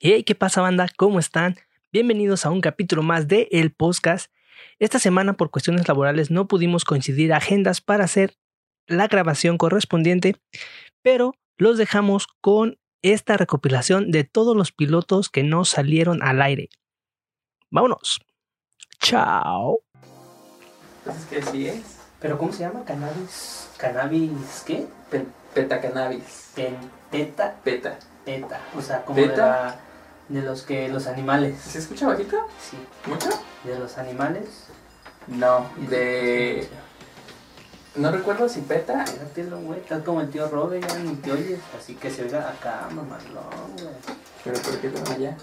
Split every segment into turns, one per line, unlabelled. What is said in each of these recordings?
Hey, ¿qué pasa banda? ¿Cómo están? Bienvenidos a un capítulo más de El Podcast. Esta semana por cuestiones laborales no pudimos coincidir agendas para hacer la grabación correspondiente, pero los dejamos con esta recopilación de todos los pilotos que no salieron al aire. Vámonos. Chao.
Pues es que así es.
¿Pero cómo se llama? ¿Cannabis? ¿Cannabis qué?
Pe- Petacannabis.
Pen- Teta,
Peta.
teta. O sea, como de,
¿Teta?
la- de los que los animales.
¿Se escucha bajito?
Sí,
¿Mucho?
de los animales.
No. De. No recuerdo si peta.
Pégatelo, güey. Estás como el tío Robe, ya ni te oyes. Así que se oiga acá, mamalón, güey.
Pero ¿por qué tan allá?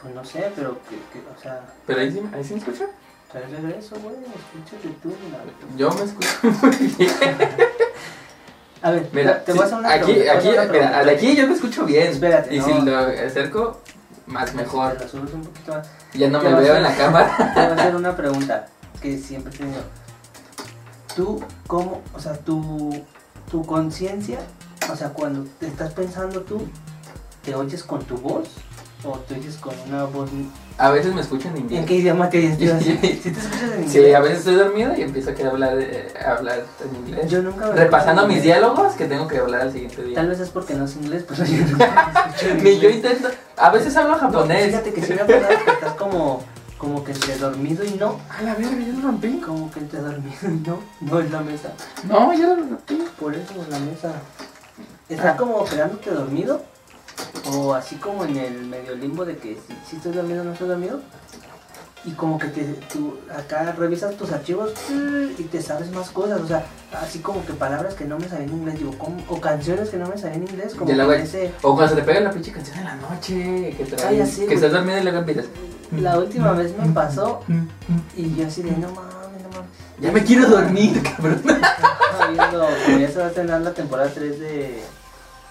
Pues no sé, pero que, que, o sea,
Pero ahí sí, ahí sí me escucha.
trae regreso, güey. Escúchate tú, mira.
Yo me escucho muy bien.
A ver,
Mira,
te voy a
sí,
hacer una
aquí,
pregunta, te
aquí,
voy a hacer una
mira, de
pregunta.
aquí yo me escucho bien.
Espérate,
Y
no.
si lo acerco, más mejor.
Te lo subes un poquito más.
Ya no
Te
me
vas
veo
a-
en la cámara.
Te voy a hacer una pregunta que siempre he tenido. ¿Tú cómo, o sea, tu, tu conciencia, o sea, cuando te estás pensando tú, ¿te oyes con tu voz? ¿O te oyes con una voz?
A veces me escucho en
¿En
inglés.
qué idioma te oyes? tú así? Si te escuchas en
Sí, a
inglés.
veces estoy dormido y empiezo a querer hablar, eh, hablar en inglés.
Yo nunca me
Repasando
escucho en
mis
inglés.
diálogos que tengo que hablar al siguiente día.
Tal vez es porque no es inglés, pero yo nunca me escucho en
Ni yo
inglés.
intento. A veces hablo japonés.
No, fíjate que si me ha pasado que estás como, como que entre dormido y no.
A la verga, yo lo rompí.
Como que entre dormido y no. No es la mesa.
No, yo lo rompí.
Por eso la mesa. ¿Estás como quedándote dormido? O así como en el medio limbo de que si, si estás dormido o no estás dormido. Y como que te, tú acá revisas tus archivos mm, y te sabes más cosas. O sea, así como que palabras que no me sabían en inglés. digo, ¿cómo? O canciones que no me sabían en inglés. Como
Ya la
que
güey.
ese-
O cuando se te pega la pinche canción de la noche. Que trae.
Ay, ya sé,
que
güey.
estás dormido y luego empiezas. Mm,
La última vez me pasó y yo así de no mames, no mames.
Ya me quiero dormir, cabrón.
Estaba viendo, como ya se va a estrenar la temporada 3 de,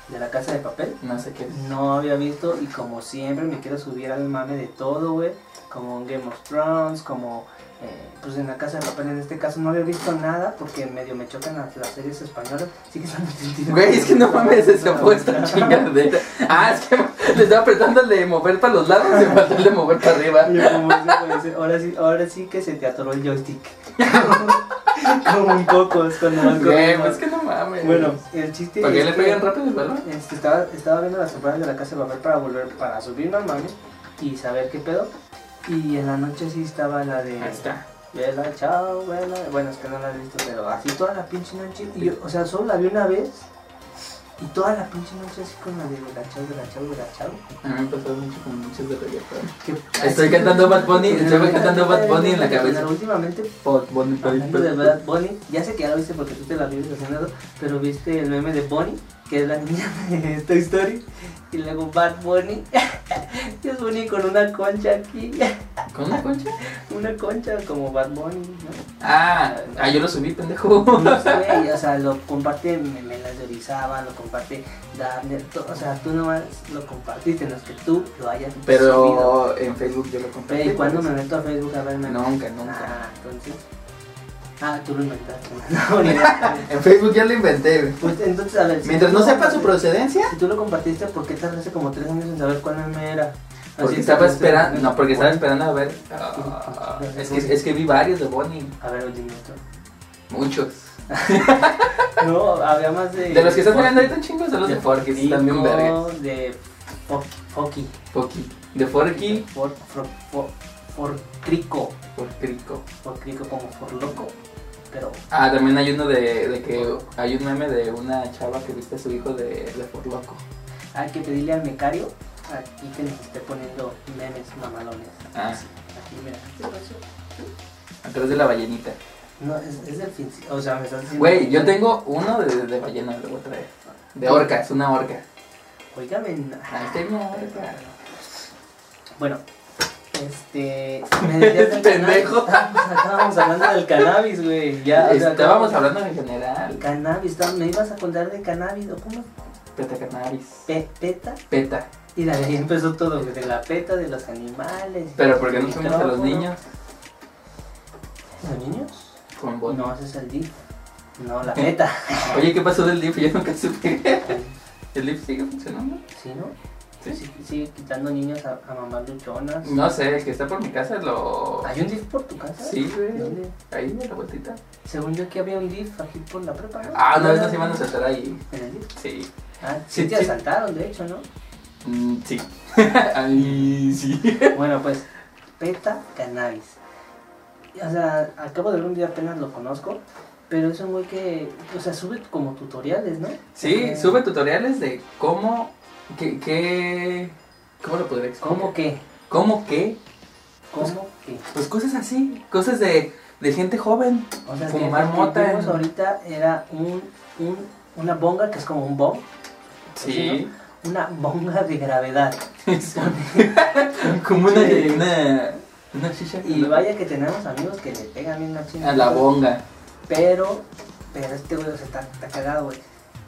de La Casa de Papel.
No sé qué es.
No había visto y como siempre me quiero subir al mame de todo, güey. Como en Game of Thrones, como eh, pues en la casa de papel en este caso no había visto nada porque medio me chocan las, las series españolas. Sí que están muy sentido.
Güey, es que no mames, esa fue esta chingadera. Ah, es que le estaba apretando el de mover para los lados y faltó el de mover para arriba.
Y como ese, güey, ese, ahora sí, ahora sí que se te atoró el joystick. como un cocos cuando vas
Güey,
corriendo.
pues que no mames.
Bueno, el chiste
¿Para qué
es
le
que-
pegan rápido el balón?
Este, estaba, estaba viendo las temporadas de la casa de papel para volver, para subirme al mame y saber qué pedo. Y en la noche sí estaba la de.
Ahí está.
Vela, chao, vela. Bueno, es que no la he visto, pero así toda la pinche noche. Y yo, o sea, solo la vi una vez. Y toda la pinche noche así con la de vela, chao, vela, chao, vela, chao.
A mí me pasó mucho con muchos de reggaetón.
Que-
Estoy
así-
cantando Bad Bunny, estoy cantando Bad Bunny en la cabeza.
Pero últimamente,
Bad Bunny,
hablando de Bad Bunny, ya sé que ya lo viste porque tú te la vives haciendo, pero viste el meme de Bonnie, que es la niña de Toy Story. Y luego Bad Bunny, que es Bunny con una concha aquí,
¿Con una concha?
una concha como Bad Bunny, ¿no?
Ah, ah, yo lo subí, pendejo.
No sé, güey, o sea, lo comparte Melas de Orizaba, lo comparte Dabner, to- o sea, tú nomás lo compartiste, no es que tú lo hayas subido.
Pero en Facebook yo lo compré.
Pero, ¿y cuándo me meto a Facebook a verme?
Nunca, nunca.
Ah, entonces... Ah, tú lo inventaste. No, ni idea.
En Facebook ya lo inventé. güey.
Pues entonces, a ver... si
Mientras
tú
no
lo
sepa su
compartiste-
procedencia,
Si tú lo compartiste, ¿por qué tardaste como tres años en saber cuál meme era?
porque
que
estaba
pues,
esperando. No, porque estaba
bueno,
esperando a ver. ah, es, que, es que vi varios de Bonnie.
A ver, dime otro.
Muchos.
No, había más de...
De los que están mirando ahorita, chingos, son los de
De
Forky. sí, También vergas.
Forquico, De... Fo- Foki.
Foki. De Forky,
Por, por, por, por crico,
Forcrico.
por crico como por loco, pero
Ah, también hay uno de, de que. Hay un meme de una chava que viste a su hijo de, de Forloco.
hay que pedirle al mecario aquí que nos esté poniendo memes mamalones.
Ah,
Aquí, mira.
atrás de la ballenita.
No, es, es del fin. O sea, me estás diciendo.
Güey, yo tengo uno de, de ballena, lo voy a traer. De orca, es una orca.
Oígame. na-
Ahí está una orca.
Bueno, este. Me decías del
Pendejo. Este,
cannabis. Estábamos, estábamos hablando del cannabis, güey. Ya, o sea,
Estábamos
estábamos-
hablando en general.
Cannabis, estaba- me ibas a contar de cannabis, ¿o cómo?
Peta cannabis.
Pe- peta.
Peta.
Y de ahí empezó todo, güey, de la peta, de los animales.
Pero ¿por qué no fuimos
fuimos
a los niños
¿Los niños?
con bot?
No, ese es el DIF. No, la neta.
Oye, ¿qué pasó del DIF? Yo nunca supe. ¿El DIF sigue funcionando?
¿Sí, no?
¿Sí?
Sí- sigue quitando niños a, a mamás luchonas.
No sé, el que está por mi casa lo.
¿Hay un DIF por tu casa?
Sí, güey.
¿Dónde?
Ahí de la vueltita.
Según yo aquí había un DIF aquí por la prepa. ¿no?
Ah, una vez nos iban a saltar ahí.
¿En el DIF?
Sí.
Ah, sí,
Sí,
te
sí.
asaltaron, de hecho, ¿no?
Mm, sí. ahí sí.
Bueno, pues, Peta Cannabis. O sea, acabo de ver un día apenas lo conozco, pero es un güey que, o sea, sube como tutoriales, ¿no?
Sí,
Eh,
sube tutoriales de cómo. ¿Qué? qué ¿Cómo lo podría explicar?
¿Cómo qué?
¿Cómo qué?
¿Cómo qué?
Pues cosas así. Cosas de, de gente joven.
O sea, que
Fumar
lo que
mota
vimos
en-
ahorita era un, un, una bonga que es como un bong,
Sí.
una bonga de gravedad.
Como una.
Sí.
Una, una shisha.
Y vaya que tenemos amigos que le pegan bien la chingada.
A la bonga.
Pero, pero este güey, o sea, está, está cagado, güey.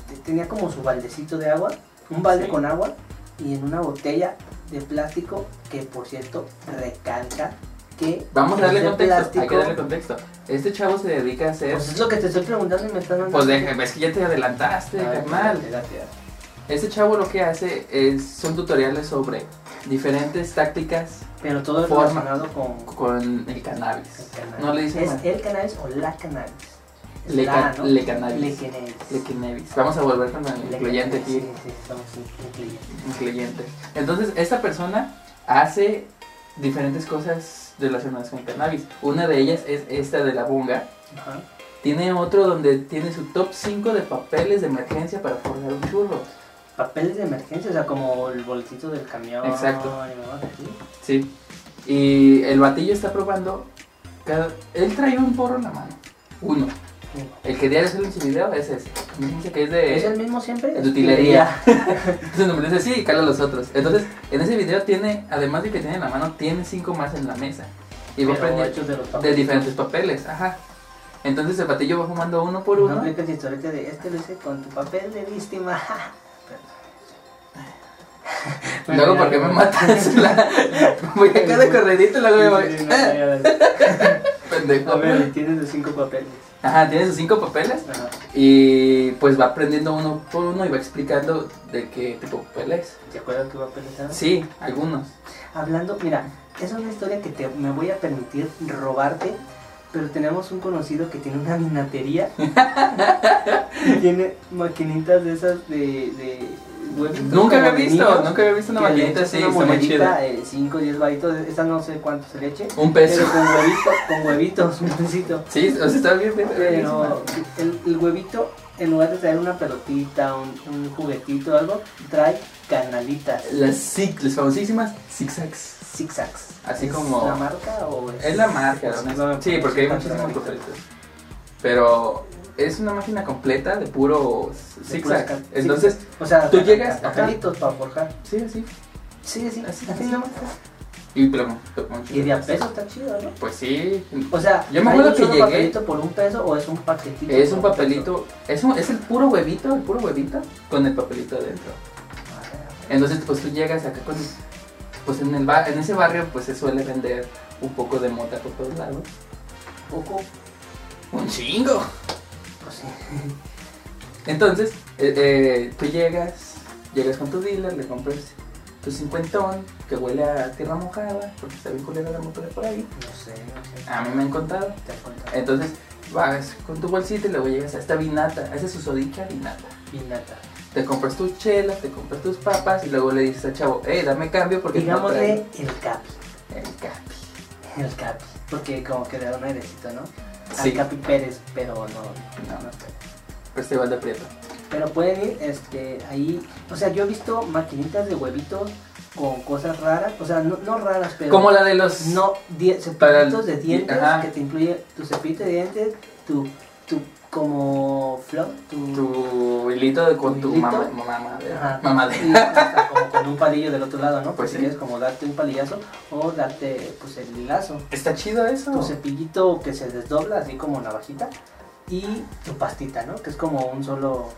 Te- Tenía como su baldecito de agua, un balde
Sí.
con agua y en una botella de plástico que, por cierto, recalca que.
Vamos a darle
es de
contexto.
plástico.
Hay que darle contexto. Este chavo se dedica a hacer.
Pues es lo que te estoy preguntando y me estás dando.
Pues deja- es que ya te adelantaste,
A ver,
carnal.
date, date, date.
Este chavo lo que hace es, son tutoriales sobre diferentes tácticas
Pero todo es
Forma.
relacionado con.
con el cannabis.
el cannabis.
No le dicen
¿Es
mal.
el cannabis o la cannabis? Es
Le,
la,
ca-
¿no?
le
Le
cannabis.
cannabis.
Le cannabis. Vamos a volver con el
Le
incluyente
cannabis,
aquí.
Sí, sí, somos incluyentes.
Incluyente. Entonces, esta persona hace diferentes cosas relacionadas con cannabis. Una de ellas es esta de la bunga.
Ajá.
Tiene otro donde tiene su top 5 de papeles de emergencia para forjar un churro.
Papeles de emergencia, o sea, como el boletito del camión.
Exacto.
y mamás así.
Sí. Y el batillo está probando. cada- Él trae un porro en la mano. Uno.
Sí.
El que diario sale en su video es ese. Fíjense que es
¿Es
de.
el mismo siempre?
de utilería. Entonces nombre es así y cala los otros. Entonces, en ese video tiene, además de que tiene en la mano, tiene cinco más en la mesa. Y va
Pero
aprendiendo
hechos de los
de
papeles.
diferentes papeles. Ajá. Entonces el batillo va fumando uno por
No
uno.
aplicas el historiete de este lo hice con tu papel de víctima.
luego, ¿por qué me matas? La- Voy acá de corredito y luego me voy. Ah,
Sí, sí, no, ya ves.
Pendejo.
A ver, y tienes los cinco papeles.
Ajá, tiene sus cinco papeles.
Ajá.
Y pues va aprendiendo uno por uno y va explicando de qué tipo de papel es.
¿Te acuerdas qué papeles eran?
Sí, algunos.
Hablando, mira, es una historia que te, me voy a permitir robarte, pero tenemos un conocido que tiene una minatería. y tiene maquinitas de esas de... de huevitos
Nunca había
como de
visto,
niños,
nunca había visto una
que le
maquinita
echas
así,
una
está muy chida.
monedita, eh, 5 o 10 varitos, esta no sé cuánto se le eche.
Un
Pero
peso.
con huevitos, con huevitos, un pesito.
Sí, o sea, está bien, bien, bien.
Pero el, el huevito, en lugar de traer una pelotita, un, un juguetito o algo, trae canalitas,
Las, zig- las famosísimas zigzags.
zigzags.
Así
¿Es
como-
¿La marca o es?
Es la marca,
es-
¿no?
no,
Sí, porque hay
no,
muchísimas
no,
papelitos. Pero es una máquina completa de
de
puro
puras
zigzag.
can-
Entonces,
zigzags. o sea,
tú
ca-
llegas
ca-
acá.
Papelitos para forjar.
sí, así.
Sí, sí,
Así,
así,
así.
nomás.
Y plomo, plomo,
Y de a
plomo.
peso está chido, ¿no?
Pues sí.
O sea,
Yo me
¿hay
acuerdo
un
que
solo
llegué-
papelito por un peso o es un paquetito?
Es
por
un papelito, es, un- es el puro huevito, el puro huevito con el papelito adentro.
peso?
Entonces, pues tú llegas acá con. Pues en, el ba- en ese barrio, pues se suele vender un poco de mota por todos lados.
Poco,
¡Un chingo!
pues sí.
Entonces, eh, eh, tú llegas, llegas con tu dealer, le compras tu cincuentón, que huele a tierra mojada, porque está bien culera la mota de por ahí.
No sé, no sé.
A mí me Eh, han contado.
Te has contado.
Entonces, vas con tu bolsita y luego llegas a esta vinata, a esa susodicha vinata.
Piñata.
Te compras tus chelas, te compras tus papas y luego le dices al chavo, eh, dame cambio porque no
Digámosle
traigo
el capi.
el capi.
El capi. Porque como que le da un airecito, ¿no?
Sí.
Al capi Pérez, pero no. no, no.
Pero este igual de prieto.
Pero pueden ir este, ahí. O sea, yo he visto maquinitas de huevitos con cosas raras. O sea, no, no raras, pero.
Como la de los...
No, die-
Para el-
cepillitos de dientes.
ajá.
Que te incluye tu cepillito de dientes, tu. tu como. Flor, tu.
Tu hilito de- con
Tu
tu
hilito.
mamá, mamadera.
Ajá.
Mamadera.
Y hasta como con un palillo del otro lado, ¿no?
Pues
Pues si
sí.
quieres como darte un palillazo o darte pues el lazo.
Está chido eso.
tu cepillito que se desdobla así como navajita y tu pastita, ¿no? Que es como un solo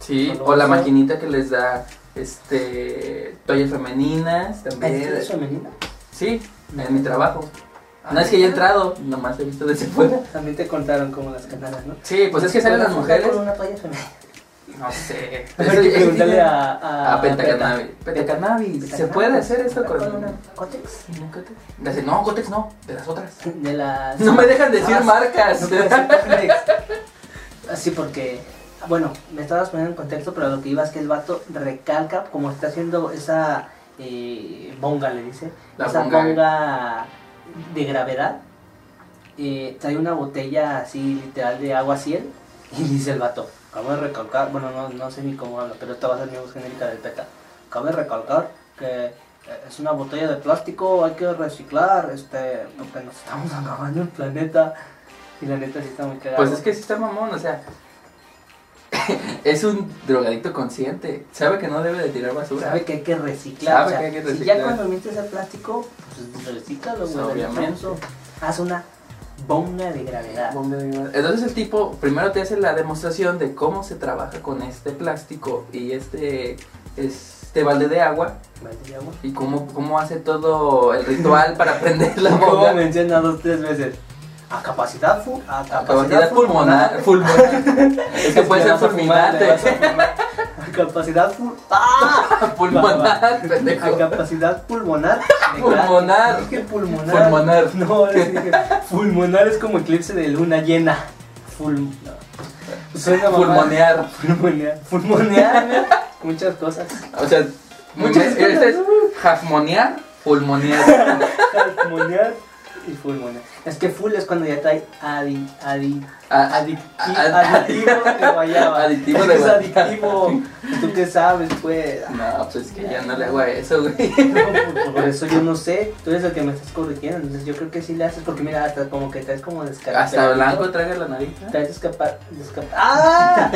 Sí,
Solo
o la
uso.
maquinita que les da este toallas femeninas también.
¿Es femenina.
Sí, en mi trabajo.
Ah,
No es que haya entrado, nomás he visto desde fuera.
También te contaron como las canalas, ¿no?
Sí, pues es que salen las
Con
mujeres
una toalla femenina.
No sé.
Pero hay que
Eso-
preguntarle a...
A Pentacannabis.
Penta-
Pentacannabis. ¿Se puede hacer esto con una.?
¿Cotex?
un cótex? Dice, no, Cotex no, de las otras.
De las...
No me dejan decir
Ah,
marcas.
no puedo decir Cotex. Sí, porque... Bueno, me estabas poniendo en contexto, pero lo que iba es que el vato recalca como está haciendo esa eh, bonga, le dice.
La
esa
bonga.
bonga, de gravedad. Eh, trae una botella así literal de agua ciel y dice el vato. Acabo de recalcar, bueno, no, no sé ni cómo habla, pero esta va a ser mi voz genérica del PETA. Acabo de recalcar que eh, es una botella de plástico, hay que reciclar, este, porque nos estamos acabando el planeta. Y la neta sí está muy cagada.
Pues es que sí está mamón, o sea. es un drogadicto consciente. Sabe que no debe de tirar basura.
Sabe que hay que reciclar.
Sabe
o sea,
que hay que
Si
reciclar.
ya cuando metes el plástico, pues recíclalo,
Pues,
güey. de
obviamente.
regreso. Haz una bomba de gravedad.
Entonces el tipo primero te hace la demostración de cómo se trabaja con este plástico y este, este balde de agua
Vale, digamos.
y cómo, cómo hace todo el ritual para prender la
Como
bomba.
menciona dos, tres veces. A capacidad, fu- a capacidad,
Capacidad pulmonar. pulmonar. es que puede
Le
ser
vas a fumar, le vas
fulminante.
a fumar. A capacidad fu- ¡Ah!
Pulmonar,
A
pendejo.
capacidad pulmonar.
Pulmonar.
Dije pulmonar.
Pulmonar.
No, les dije, pulmonar es como eclipse de luna llena. Ful- no. Suena mamá.
Pulmonear.
Pulmonear. Pulmonear. mira, Muchas cosas.
O sea,
Muchas
es, es,
cosas.
jafmonear, pulmonear.
Pulmonear y pulmonear. Es que full es cuando ya trae adi, adi,
A-
adicti-
a-
adictivo de guayaba.
Adictivo
Es que
de
es
guayaba.
adictivo. ¿Tú qué sabes, pues?
No, pues es que ya no le hago a eso, güey.
No, por, por eso yo no sé. Tú eres el que me estás corrigiendo. Entonces yo creo que sí le haces. Porque mira, hasta como que traes como descarga.
Hasta blanco traga la nariz. ¿eh?
Traes escapar. ¡Ah!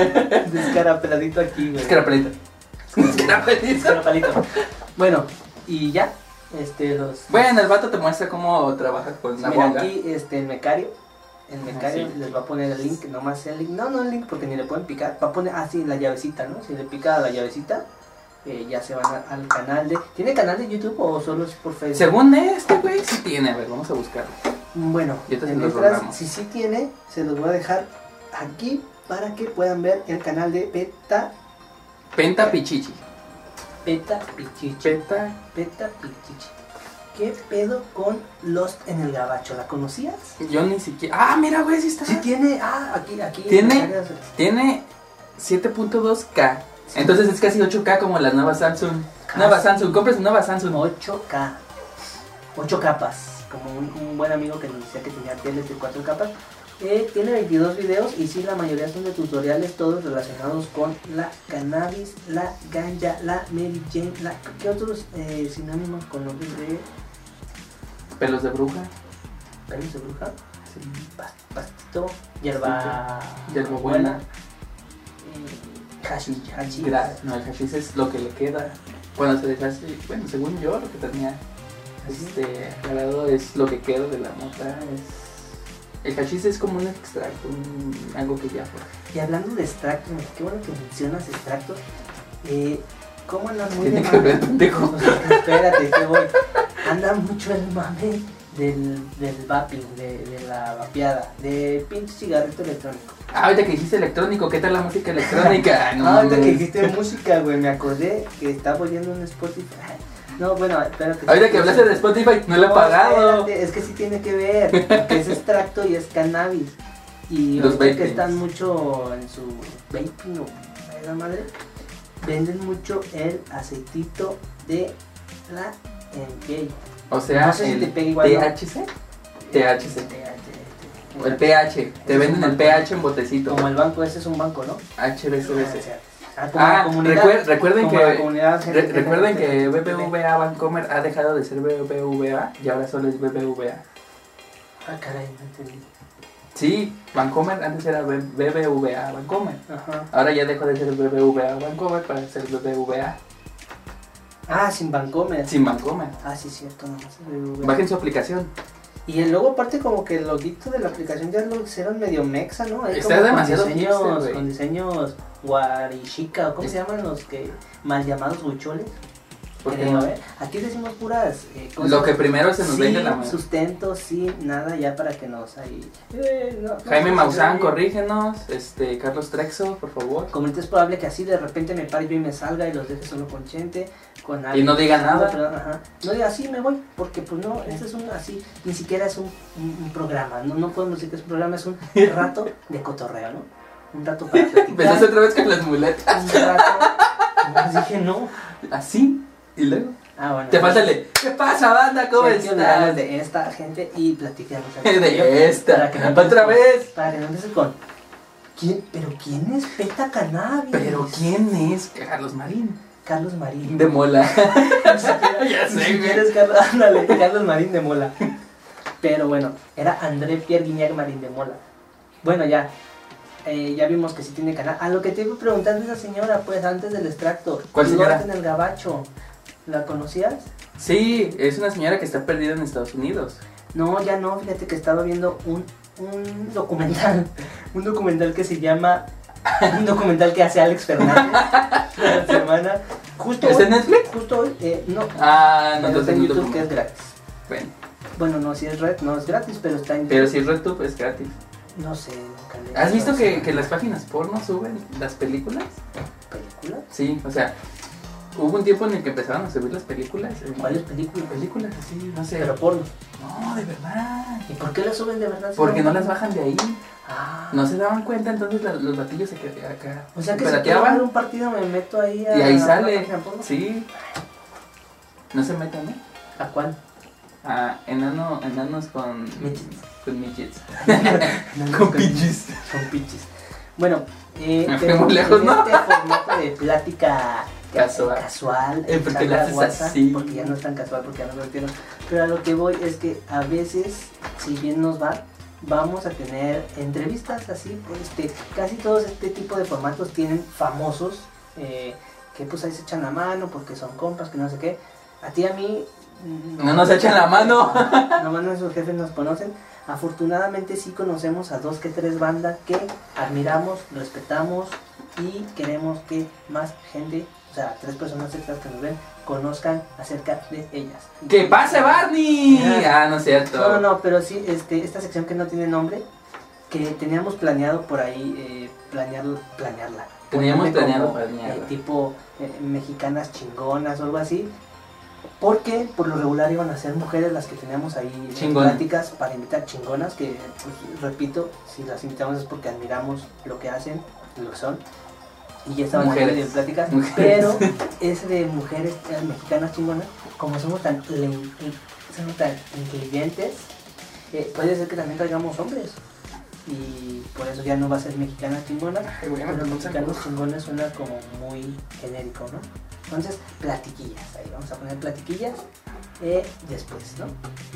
Descarapeladito aquí, güey.
Es que la pelita. Es que la pelita.
Descarapelito. Bueno, y ya. Este, los.
Bueno, el vato te muestra cómo trabaja con la
Mira,
bonga.
aquí este, el mecario. El mecario
Ah, sí.
les va a poner el link. Nomás sea el link. No, no el link porque ni le pueden picar. Va a poner. Ah, sí, la llavecita, ¿no? Si le pica a la llavecita. eh, ya se van a- al canal de... ¿Tiene canal de YouTube o solo es por Facebook?
Según este, güey, sí tiene. A ver, vamos a buscarlo.
Bueno,
Yo te
de
se los
mientras,
programo.
si sí tiene, se los voy a dejar aquí para que puedan ver el canal de Peta,
Penta Pichichi.
Peta Pichichi.
Penta.
Peta Pichichi. ¿Qué pedo con Lost en el Gabacho? ¿La conocías?
Yo ni siquiera. Ah, mira, güey, sí está.
Sí tiene, ah, aquí, aquí.
Tiene- Tiene 7.2K. Entonces es casi 8K como las nuevas Samsung.
Casi.
Nueva Samsung, compras nueva Samsung.
8K. 8 capas. Como un, un buen amigo que nos decía que tenía teles de 4 capas. Eh, tiene 22 videos y sí, la mayoría son de tutoriales, todos relacionados con la cannabis, la ganja, la Mary Jane, la... ¿Qué otros eh, sinónimos con nombres de
Pelos de bruja.
pelos de bruja?
Sí.
Pas- Pastito, hierba...
Yerba buena.
eh, hashish, hashish.
Gra- No, el hashish es lo que le queda. Cuando se deshace, bueno, según yo, lo que tenía este agarrado es lo que queda de la mota. Es... El hashish es como un extracto, un- algo que ya fue.
Y hablando de extractos, mira, qué bueno que mencionas extractos. Eh, ¿Cómo andan muy de
Tiene que
mame?
ver, pendejo.
Espérate, que voy. Anda mucho el mame del, del vaping, de, de la vapeada, de pinche cigarrito electrónico.
Ah, ahorita que dijiste electrónico, ¿qué tal la música electrónica? Ay, no,
Ah, ahorita que
mames.
dijiste música, güey, me acordé que está volviendo un Spotify. Ah, No, bueno, espérate.
Ahorita que hablaste de Spotify, no le he
No,
pagado.
espérate, es que sí tiene que ver, porque es extracto y es cannabis. Y
Los
ahorita que
vapings.
están mucho en su vaping o esa madre, venden mucho el aceitito de la MK.
O sea,
No sé si
el
te pega igual, ¿no?
THC. THC. O el
PH.
pH. Te venden el pH en botecito.
Como el banco, ese es un banco, ¿no?
HBCBC.
Ah,
Ah, recuer- recuerden
como
que-
la comunidad
Re-
gente-
recuerden
gente-
que BBVA Bancomer ha dejado de ser BBVA y ahora solo es BBVA.
Ah, caray, no entendí.
Sí, Bancomer antes era B- BBVA Bancomer.
Ajá.
Ahora ya dejó de ser BBVA Bancomer para ser BBVA
Ah, sin Bancomer.
sin Bancomer.
Ah, sí, cierto, no más. BBVA.
Bajen su aplicación.
Y el logo aparte como que el loguito de la aplicación ya lo hicieron medio mexa, ¿no? Ahí
Está
como
demasiado
con diseños,
hipster, güey.
con diseños guarichica, ¿o ¿cómo
Es-
se llaman los que mal llamados huicholes?
Porque
creo, ¿eh? Aquí decimos puras eh,
lo que primero se nos venga
sin
en la mano.
sustento, sin nada ya para que nos ahí. eh, no, no,
Jaime
no,
Maussan,
no,
corrígenos. Este, Carlos Trexo, por favor.
Como ahorita es probable que así de repente me pare yo y me salga y los deje solo con gente, con alguien.
no diga nada.
Pero, ajá, no diga así me voy, porque pues no, este es un así, ni siquiera es un, un- un programa, no, no podemos decir que es un programa, es un rato de cotorreo, ¿no? Un rato para platicar,
Empezaste otra vez con las muletas.
un rato. Pues dije no.
Así. Y luego.
Ah, bueno.
Te falta el de, ¿Qué pasa, banda? ¿Cómo
Mencionamos
estás?
de esta gente y platiquemos al respecto
De esta.
para que no
Otra
empieces-
vez.
Para que no empieces con. ¿Quién, ¿Pero quién es Peta Cannabis?
Pero ¿quién es Carlos Marín?
Carlos Marín.
De Mola.
Ni siquiera-
Ya sé,
ni
güey.
siquiera es Carlos, ándale, Carlos Marín de Mola. Pero bueno, era André Pierre Guignac Marín de Mola. Bueno, ya. eh, ya vimos que sí tiene canal. A lo que te iba preguntando esa señora, pues, antes del extracto.
¿Cuál señora?
Norte en el Gabacho. ¿La conocías?
Sí, es una señora que está perdida en Estados Unidos.
No, ya no, fíjate que estaba viendo un, un documental, un documental que se llama, un documental que hace Alex Fernández la semana, justo
¿Es
hoy,
en Netflix?
justo hoy, eh, no,
Ah, no,
pero está
entonces
en
no
YouTube
te-
que es gratis.
Bueno,
Bueno, no, si es red, no es gratis, pero está en
pero si es RedTube
pues,
es gratis.
No sé, nunca le-
¿Has visto
no
que,
sé,
que las páginas porno suben las películas?
¿Película?
Sí, o sea, hubo un tiempo en el que empezaron a subir las películas. eh,
¿Cuál es película?
Películas así, no sé.
Pero porno.
No, de verdad.
¿Y por qué la suben de verdad?
Porque no las bajan de ahí.
Ah,
No se daban cuenta, entonces la- los batillos se quedaban acá.
O sea que si quiero ver
pirateaban
un partido me meto ahí a
y ahí
a la
sale.
página porno.
Sí. No se metan, ¿eh?
¿A cuál?
A enano, enanos con.
Midgets.
Con midgets.
No, no,
Con
con-
pichis.
Son pinches. Bueno, eh,
Me fui
tenemos
muy lejos,
en
¿no?
este formato de plática
Casual.
casual,
Eh, porque
charla
la haces
WhatsApp,
así.
porque ya no es tan casual, porque ya no lo entiendo. Pero a lo que voy es que a veces, si bien nos va, vamos a tener entrevistas así, pues, este, casi todos este tipo de formatos tienen famosos eh, que pues ahí se echan la mano porque son compas, que no sé qué. A ti y a mí mm,
No nos echan la mano.
Nomás nuestros jefes nos conocen. Afortunadamente sí conocemos a dos que tres bandas que admiramos, respetamos y queremos que más gente, o sea, tres personas extras que nos ven, conozcan acerca de ellas.
¡Que pase Barney!
Ya.
Ah, no es cierto.
No, no, no, pero sí, este, esta sección que no tiene nombre, que teníamos planeado por ahí, eh, planear, planearla.
Teníamos
Ponerle
planeado
como,
planearla.
eh, tipo eh, mexicanas chingonas o algo así. Porque por lo regular iban a ser mujeres las que teníamos ahí en
Chingona.
pláticas para invitar chingonas, que pues, repito, si las invitamos es porque admiramos lo que hacen, lo que son. Y ya estaban
Mujeres.
ahí en pláticas.
Mujeres.
Pero ese de mujeres eh, mexicanas chingonas, como somos tan, le- le- somos tan incluyentes, eh, puede ser que también traigamos hombres. Y por eso ya no va a ser mexicanas chingonas,
Ay, güey, me
pero
preguntan
mexicanos chingones suena como muy genérico, ¿no? Entonces, platiquillas, ahí vamos a poner platiquillas eh, después, ¿no?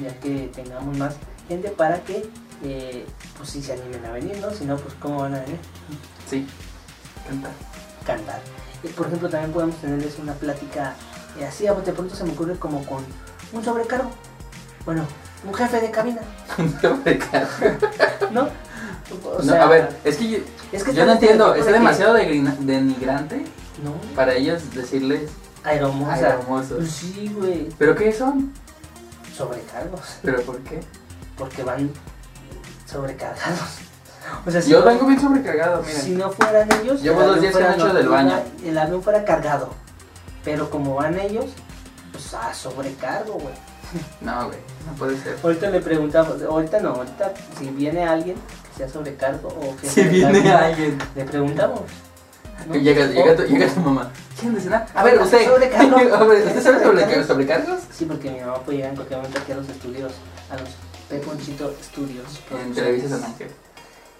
Ya que tengamos más gente para que, eh, pues si se animen a venir, ¿no? Si no, pues cómo van a venir,
Sí. Canta.
cantar. Eh, por ejemplo, también podemos tenerles una plática eh, así, a bote pronto se me ocurre como con un sobrecargo. Bueno, un jefe de cabina, ¿no? O
No,
sea,
a ver, es que yo,
es que
yo no
están este
entiendo.
tipo
Es
de que-
demasiado degrina- denigrante
No,
para ellos decirles ay,
aeromosa. Pues
hermosos.
sí, güey,
¿Pero qué son?
sobrecargos,
¿Pero por qué?
porque van sobrecargados. O sea, si
Yo
no-
vengo bien sobrecargado, miren.
Si no fueran ellos,
Llevo
el
dos
avión
días
fuera
sin hecho del
nor-
baño.
El avión fuera cargado. Pero como van ellos, pues a sobrecargo, güey.
No, güey, no puede ser.
Ahorita le preguntamos, ahorita no, ahorita si viene alguien que sea sobrecargo o que
Si
sea
viene
cargo,
alguien.
le preguntamos. ¿no?
Llega, llega, tu,
O-
llega tu mamá. ¿Quién de cenar? A ver, usted.
Oh, Sobrecargo.
A ver, ¿Usted sabe sobre,
Sobrecargo.
sobrecargos?
Sí, porque mi mamá puede llegar en cualquier momento aquí a los estudios, a los Peponchito Studios.
En Televisa San Ángel.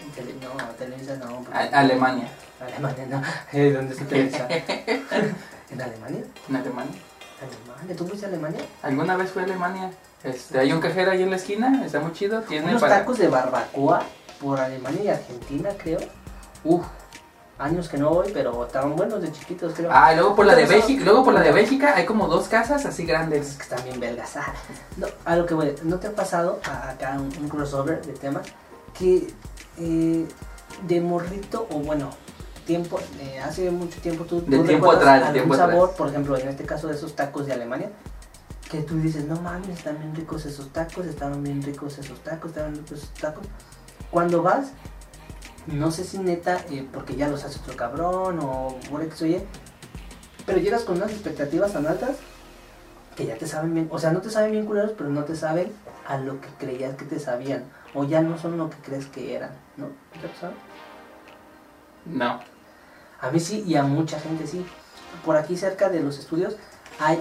En tele- no, Televisa no. porque-
A- Alemania.
Alemania no. Eh, ¿Dónde está Televisa? ¿En Alemania?
En Alemania.
Alemania, ¿tú fuiste a Alemania?
¿Alguna vez fue a Alemania? Este, hay un cajero ahí en la esquina, está muy chido. Tiene
Unos
para.
tacos de barbacoa por Alemania y Argentina, creo.
Uf.
Años que no voy, pero estaban buenos de chiquitos, creo.
Ah, luego por la de
Entonces,
Bélgica, luego por la de Bélgica hay como dos casas así
Es
grandes.
que están bien belgas. Ah, no, a lo que voy, ¿no te ha pasado a- acá un, un crossover de temas que eh, de morrito, o bueno, tiempo, eh, hace mucho tiempo tú,
De
tú
tiempo
recuerdas
atrás, de
algún
tiempo
sabor,
atrás.
por ejemplo, en este caso de esos tacos de Alemania, que tú dices, no mames, están bien ricos esos tacos, estaban bien ricos esos tacos, estaban bien ricos esos tacos. Cuando vas, no sé si neta, eh, porque ya los hace otro cabrón o por X o Y, pero llegas con unas expectativas tan altas que ya te saben bien, o sea, no te saben bien culeros, pero no te saben a lo que creías que te sabían, o ya no son lo que crees que eran, ¿no? ¿Te ha pasado?
No.
A mí sí y a mucha gente sí. Por aquí cerca de los estudios hay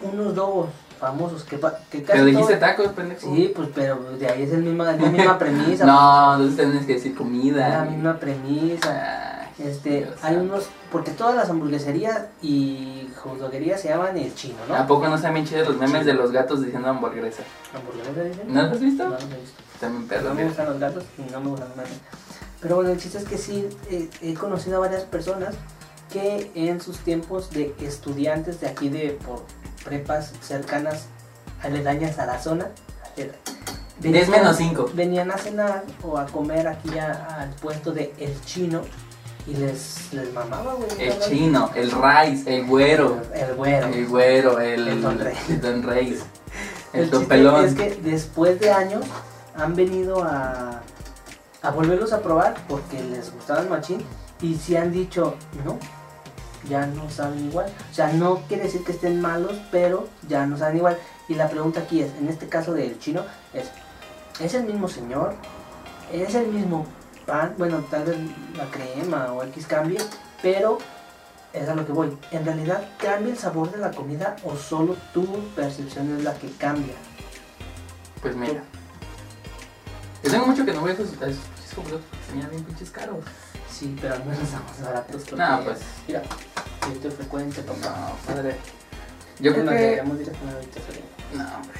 unos dogos famosos que, pa- que casi
Pero dijiste
todo-
tacos, pendejo.
Sí, pues pero de ahí es el misma, la misma premisa.
No, entonces tienes que decir
Es la
comida.
misma premisa.
Ay,
Este,
Dios
hay
santo.
unos, porque todas las hamburgueserías y juzguerías se llaman el chino, ¿no?
¿A poco no están bien chidos los memes de los gatos diciendo hamburguesa?
¿Hamburguesas dicen?
¿No los has visto?
No, no lo he visto.
También
No
perro,
me
mira.
gustan los gatos y no me gustan los memes. Pero bueno, el chiste es que sí, eh, he conocido a varias personas que en sus tiempos de estudiantes de aquí de por prepas cercanas aledañas a la zona, aleda-
10 menos 5.
venían a cenar o a comer aquí a- al puesto de El Chino y les, les mamaba, güey.
El
¿no?
chino, el rice, el güero.
El güero.
El güero, el,
El Don Rey.
el Don Rey. El,
El
Don
chiste
Pelón.
Es que después de años han venido a, a volverlos a probar porque les gustaban machín y si han dicho no, ya no saben igual. O sea, no quiere decir que estén malos, pero ya no saben igual. Y la pregunta aquí es, en este caso del chino, es, ¿es el mismo señor? ¿Es el mismo pan? Bueno, tal vez la crema o X cambie, pero es a lo que voy. ¿En realidad cambia el sabor de la comida o solo tu percepción es la que cambia?
Pues mira. Yo tengo mucho que no voy a esos, a esos pinches hot dogs, Se miran bien pinches caros.
Sí, pero al menos estamos baratos. porque-
No, pues.
Mira, esto es frecuente, papá.
No, padre. Yo creo que.
deberíamos ir a comer ahorita pero-
No, hombre.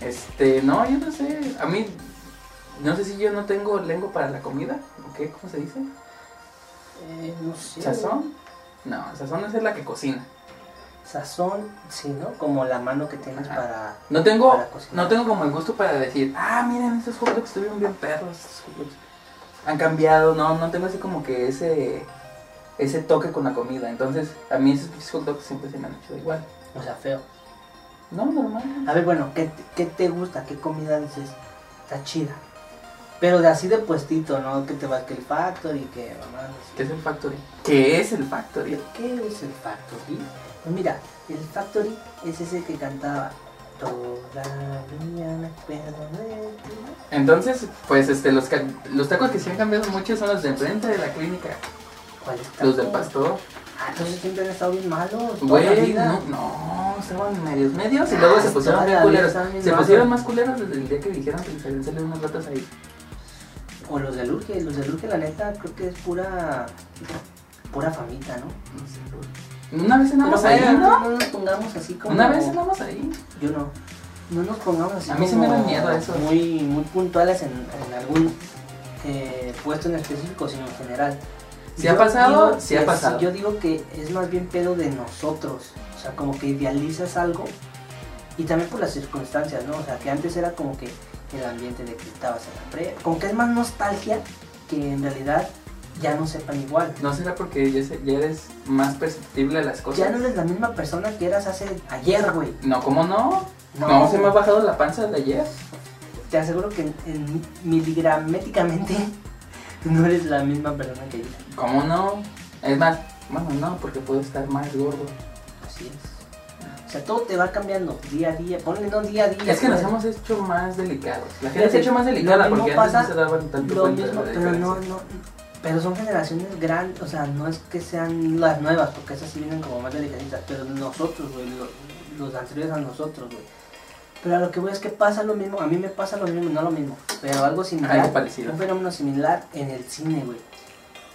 Este, no, yo no sé. A mí, no sé si yo no tengo lengua para la comida. ¿O qué? ¿Cómo se dice?
Eh, no sé.
¿Sazón? No, sazón es la que cocina.
Sazón, sí, ¿no? Como la mano que tienes
Ajá.
para...
No tengo,
Para cocinar.
no tengo como el gusto para decir, ah, miren, estos hot dogs estuvieron bien perros. estos hot dogs han cambiado. No, no tengo así como que ese ese toque con la comida. Entonces, a mí esos pinches hot dogs siempre se me han hecho igual.
O sea, feo.
No, normal.
A ver, bueno, ¿qué, te- qué te gusta? ¿Qué comida dices? Está chida. Pero de así de puestito, ¿no? Que te vas que el factory, que mamá... no sé.
¿Qué es el factory? ¿Qué es el factory?
¿Qué es el Factory? Pues mira, el Factory es ese que cantaba Todavía me acuerdo de ti".
Entonces, pues este, los, ca- los tacos que se han cambiado mucho son los de enfrente de la clínica.
¿Cuál es
Los del pastor.
Ah, entonces siempre han estado bien malos. toda la
Güey,
vida.
no, no, estaban medios medios y luego
Ah,
se pusieron
toda
bien
la vida
culeros.
estaban bien
Se
malos.
pusieron más culeros desde el día que dijeron que les habían salido unas ratas ahí.
O los de Luque, los de Luque la neta creo que es pura pura famita, ¿no?
No sé, güey. Una vez
Pero
andamos ahí,
bueno,
¿no?
no nos pongamos así como
Una vez andamos ahí.
Yo no. No nos pongamos así
A mí sí me da
como
miedo eso.
Muy, muy puntuales en, en algún eh, puesto en específico, sino en general.
Si ha pasado,
digo
si ha
que-
pasado.
Yo digo que es más bien pedo de nosotros. O sea, como que idealizas algo y también por las circunstancias, ¿no? O sea, que antes era como que el ambiente de que estabas en la pre. Como que es más nostalgia que en realidad ya no sepan igual.
¿No será porque ya, se- ya eres más perceptible a las
Ya
cosas?
no eres la misma persona que eras hace ayer, güey.
No, ¿cómo no? No, se me ha bajado la panza de ayer.
Te aseguro que en, en miligraméticamente no eres la misma persona que yo.
¿Cómo no? Es más, bueno, no, porque puedo estar más gordo.
Así es. O sea, todo te va cambiando día a día. Ponle no día a día.
Es que nos
pues.
hemos hecho más delicados. La gente
Fíjate,
se ha hecho más delicada
lo mismo
porque antes no
pasa-
se daban tanto
Lo
cuenta de
mismo,
la
pero no,
diferencia.
no. Pero son generaciones grandes, o sea, no es que sean las nuevas, porque esas sí vienen como más delicaditas, pero nosotros, güey, lo- los anteriores a nosotros, güey. Pero a lo que voy es que pasa lo mismo, a mí me pasa lo mismo, no lo mismo, pero algo similar.
Algo parecido.
Un fenómeno similar en el cine, güey.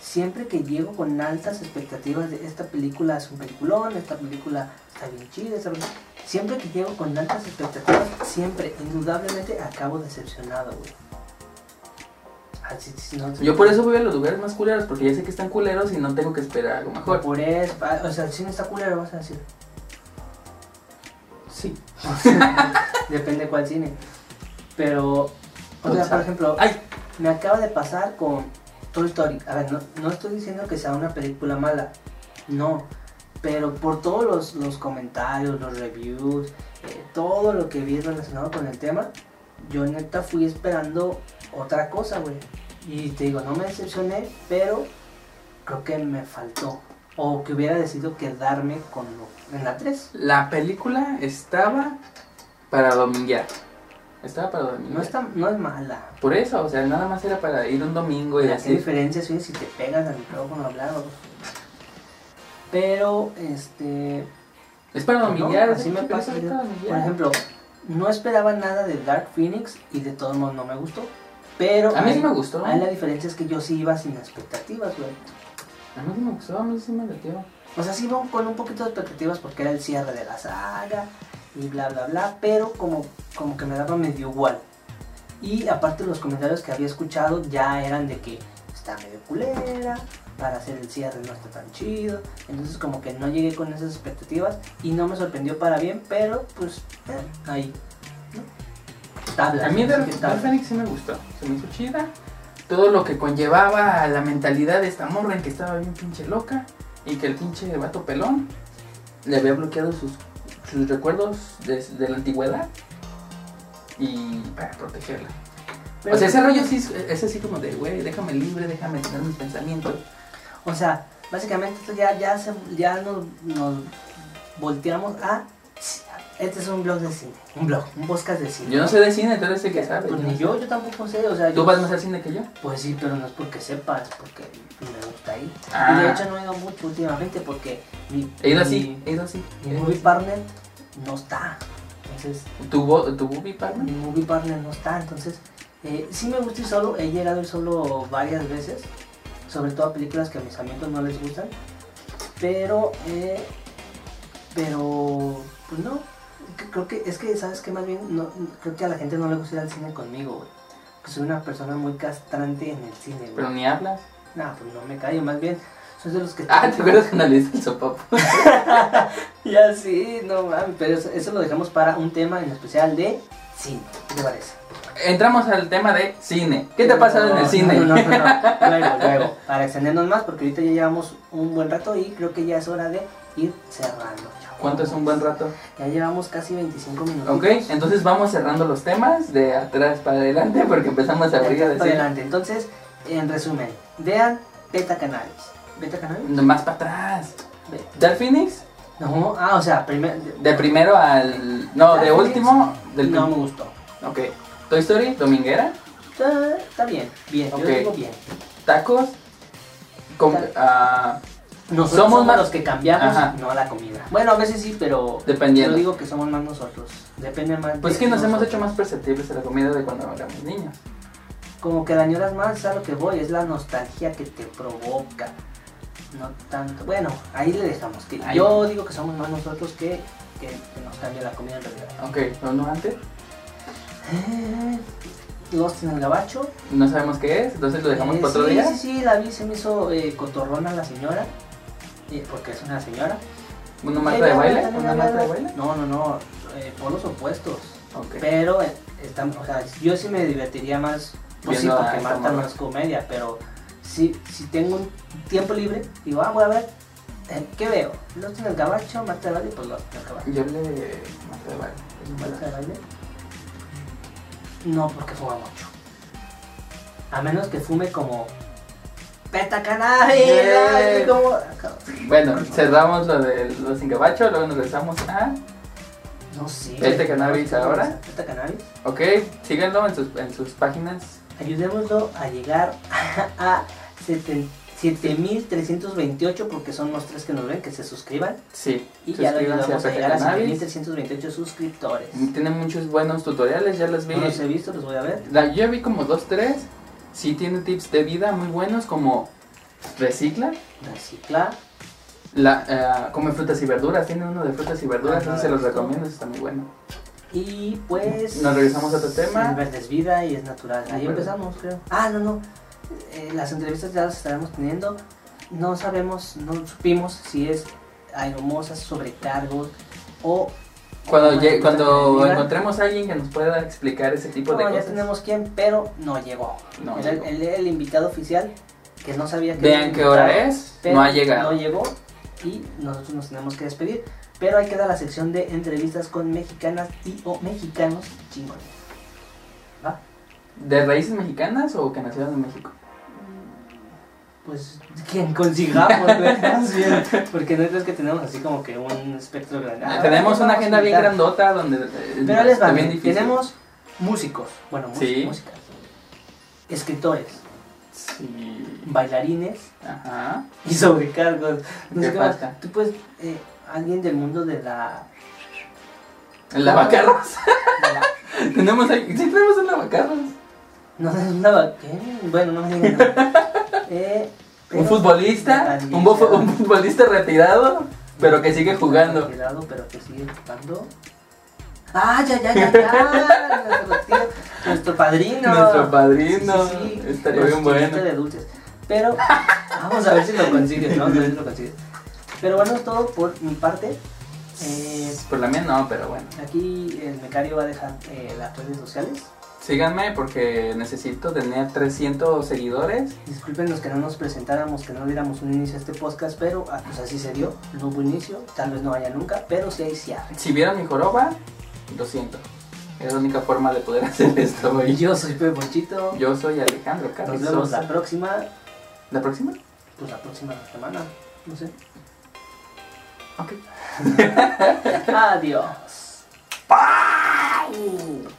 Siempre que llego con altas expectativas de esta película es un peliculón, esta película está bien chida, esta película- siempre que llego con altas expectativas, siempre, indudablemente, acabo decepcionado, güey. Así, si no-
Yo por eso voy a los lugares más culeros, porque ya sé que están culeros y no tengo que esperar algo mejor.
Por eso, ah, o sea, el cine está culero, vas a decir.
Sí.
Depende cuál cine. Pero, o sea,
Pulsar.
por ejemplo,
Ay,
me acaba de pasar con Toy Story, a ver, no, no estoy diciendo que sea una película mala, no, pero por todos los, los comentarios, los reviews, eh, todo lo que vi relacionado con el tema, yo neta fui esperando otra cosa, güey. Y te digo, no me decepcioné, pero creo que me faltó. O que hubiera decidido quedarme con lo, en la 3.
La película estaba para dominguear. Estaba para
No,
dominguear.
está, no es mala.
Por eso, o sea, nada más era para ir un domingo y
Mira, ¿Qué
así.
diferencia es si te pegas al micrófono hablado? Pero, este. pues
Es para dominguear,
no,
así me pasa.
yo. Por ejemplo, no esperaba nada de Dark Phoenix y de todos modos no me gustó. Pero.
A mí sí
ahí-
me gustó.
Ahí la diferencia es que yo sí iba sin expectativas, güey.
A mí sí me gustó, a mí sí me latió.
O sea, sí iba con un poquito de expectativas porque era el cierre de la saga y bla, bla, bla, pero como, como que me daba medio igual. Y aparte los comentarios que había escuchado ya eran de que está medio culera, para hacer el cierre no está tan chido. Entonces como que no llegué con esas expectativas y no me sorprendió para bien, pero pues eh, ahí. ¿no? Tabla.
A mí
así
Dark,
que
Dark
tabla.
Phoenix sí me gustó, se me hizo chida. Todo lo que conllevaba a la mentalidad de esta morra en que estaba bien pinche loca y que el pinche vato pelón le había bloqueado sus, sus recuerdos desde la antigüedad y para protegerla.
Pero- pues,
o sea, ese rollo sí, es- es así como de, güey, déjame libre, déjame tener mis pensamientos.
O sea, básicamente esto ya, ya, se- ya nos, nos volteamos a... Este es un blog de cine. Un blog. Un podcast de cine.
Yo no sé de cine, entonces sé que sabes.
Pues ni yo, yo tampoco sé. O sea,
¿Tú
yo-
vas más al cine que yo?
Pues sí, pero no es porque sepas, porque me gusta ahí.
Ah.
Y de hecho no he ido mucho últimamente porque mi,
He ido
mi-
así, eh. he ido así.
mi movie partner no está. Entonces,
¿Tu, bo- tu movie
mi
partner?
movie partner no está. Entonces, eh, sí me gusta ir solo. He llegado a ir solo varias veces. Sobre todo a películas que a mis amigos no les gustan. Pero, eh, pero, pues no. C- Creo que, es que, ¿sabes qué? Más bien, no, creo que a la gente no le gusta ir al cine conmigo, güey. Que soy una persona muy castrante en el cine, güey.
Pero ni hablas.
Nah, pues no me callo, más bien, soy de los que...
Ah, ¿te acuerdas cuando le hice el sopapo?
Ya sí, no mames, pero eso, eso lo dejamos para un tema en especial de cine, ¿qué te parece?
Entramos al tema de cine. ¿Qué te ha pasado en
No,
el cine?
No, no, no, no. luego, luego, para extendernos más, porque ahorita ya llevamos un buen rato y creo que ya es hora de ir cerrando. chavos.
¿Cuánto es un buen rato?
Ya llevamos casi 25 minutos.
Ok, entonces vamos cerrando los temas de atrás para adelante porque empezamos a abrir a
Para
decir
adelante, entonces, en resumen, vean Beta Canales. ¿Beta Canales?
más para atrás.
Ve-
Dark Phoenix,
No, ah, o sea, primero...
de primero al. No, de
Dark
último, del
No me
prim-
gustó.
Ok. Toy Story, Dominguera,
Está, está bien, bien,
Ok.
yo digo bien.
Tacos. com-
Tal.
ah,
Nosotros
Somos
somos,
más-
los que cambiamos,
Ajá.
no la comida. Bueno, a veces sí, pero
Dependiendo.
yo digo que somos más nosotros. Depende más.
pues
de
que nos hemos
nosotros.
hecho más perceptibles a la comida de cuando éramos niños.
Como que la añoras más, es a lo que voy, es la nostalgia que te provoca. No tanto. Bueno, ahí le dejamos. Que
Ahí.
yo digo que somos más nosotros que, que, que nos cambia la comida en realidad.
Ok, ¿no, no antes?
Eh, Lost en el gabacho.
No sabemos qué es, entonces lo dejamos
Eh,
para otro
sí,
día.
Sí, sí, la vi, se me hizo eh, cotorrona la señora. eh, porque es una señora. Eh,
¿Una marca de
Ella,
baile?
también
¿Una
habla
marca de baile?
No, no, no. eh, polos opuestos.
Ok.
Pero eh, está- o sea, yo sí me divertiría más. Pues sí,
Viendo a
porque
esta
Marta no
morra.
es comedia, pero si, si tengo un tiempo libre, digo, ah, voy a ver, eh, ¿qué veo? Los en el gabacho, Marta de baile, pues los en el gabacho.
Yo le. Marca de baile. es un
Marta
baile.
de baile. No, porque fuma mucho. A menos que fume como. ¡Peta cannabis",
Yeah.
así como.
Bueno, cerramos lo de los sin gabacho, luego nos regresamos a.
No sé.
¿Peta cannabis ahora?
¿Peta cannabis?
Ok, síganlo en sus, en sus páginas.
Ayudémoslo a llegar a 7- 7328 porque son los tres que nos ven que se suscriban
Sí,
y ya lo
a
ayudamos a
Peta
llegar a
Cannabis. Mm.
7328 suscriptores.
Tienen muchos buenos tutoriales, ya los vi.
No los he visto, los voy a ver.
La- yo vi como dos, tres. Sí, tiene tips de vida muy buenos como recicla.
Reciclar.
La, eh, come frutas y verduras, tiene uno de frutas y verduras,
Ah,
entonces se los recomiendo, está muy bueno.
Y pues.
Nos regresamos a otro tema.
El verde es vida y es natural. Ahí
Verde.
empezamos, creo. Ah, no, no. Eh, las entrevistas ya las estaremos teniendo. No sabemos, no supimos si es aeromosas, sobrecargos o.
Cuando,
Bueno,
lle-
pues,
cuando
mira.
encontremos a alguien que nos pueda explicar ese tipo de
No, ya
cosas.
tenemos quién, pero no llegó.
No
Era el,
llegó.
el- el invitado oficial que no sabía que
Vean qué hora es.
pero
No ha llegado.
No llegó y nosotros nos tenemos que despedir. Pero ahí queda la sección de entrevistas con mexicanas y o mexicanos chingones. ¿Va?
¿De raíces mexicanas o que nacieron en México?
Pues quien consigamos, güey, más bien, Porque no crees que tenemos así como que un espectro grande. Ah,
Tenemos
vamos
una
a
agenda bien
invitar.
grandota donde eh,
Pero ahí les va,
está bien
miren,
difícil.
tenemos músicos, bueno, mús-
Sí.
músicas, escritores,
Sí.
bailarines
Ajá.
y sobrecargos. No
¿Qué
sé qué más.
falta?
Tú puedes, eh, alguien del mundo de la...
¿El lavacarros?
de la-
tenemos ahí. Sí, tenemos el lavacarros.
no sé, una... va- ¿qué? Bueno, no me digan nada. Eh, pero-
Un futbolista,
Alguien
un, bofo-
sea-
un futbolista retirado, pero que sigue jugando.
Retirado, pero que sigue jugando. ¡Ah, ya, ya, ya, ya! nuestro, tío, nuestro padrino.
Nuestro padrino.
Sí, sí, sí.
Estaría bien
Nuestro
bueno.
chiste de dulces. Pero vamos a ver si lo consigues, ¿no? Vamos a ver si lo consigues. Pero bueno, es todo por mi parte. Eh,
Por Pues la mía no, pero bueno.
aquí el becario va a dejar eh, las redes sociales.
Síganme porque necesito tener 300 seguidores.
Disculpen los que no nos presentáramos, que no diéramos un inicio a este podcast, pero ah, pues así se dio. No hubo inicio, tal vez no haya nunca, pero sí hay cierre.
Si vieron mi joroba, lo siento. Es la única forma de poder hacer esto
Y
güey.
Pues yo soy Pepe Ponchito.
Yo soy Alejandro Carlos.
Nos vemos
Sosa.
la próxima.
¿La próxima?
pues la próxima semana, no sé.
Ok.
Adiós.
¡Pau!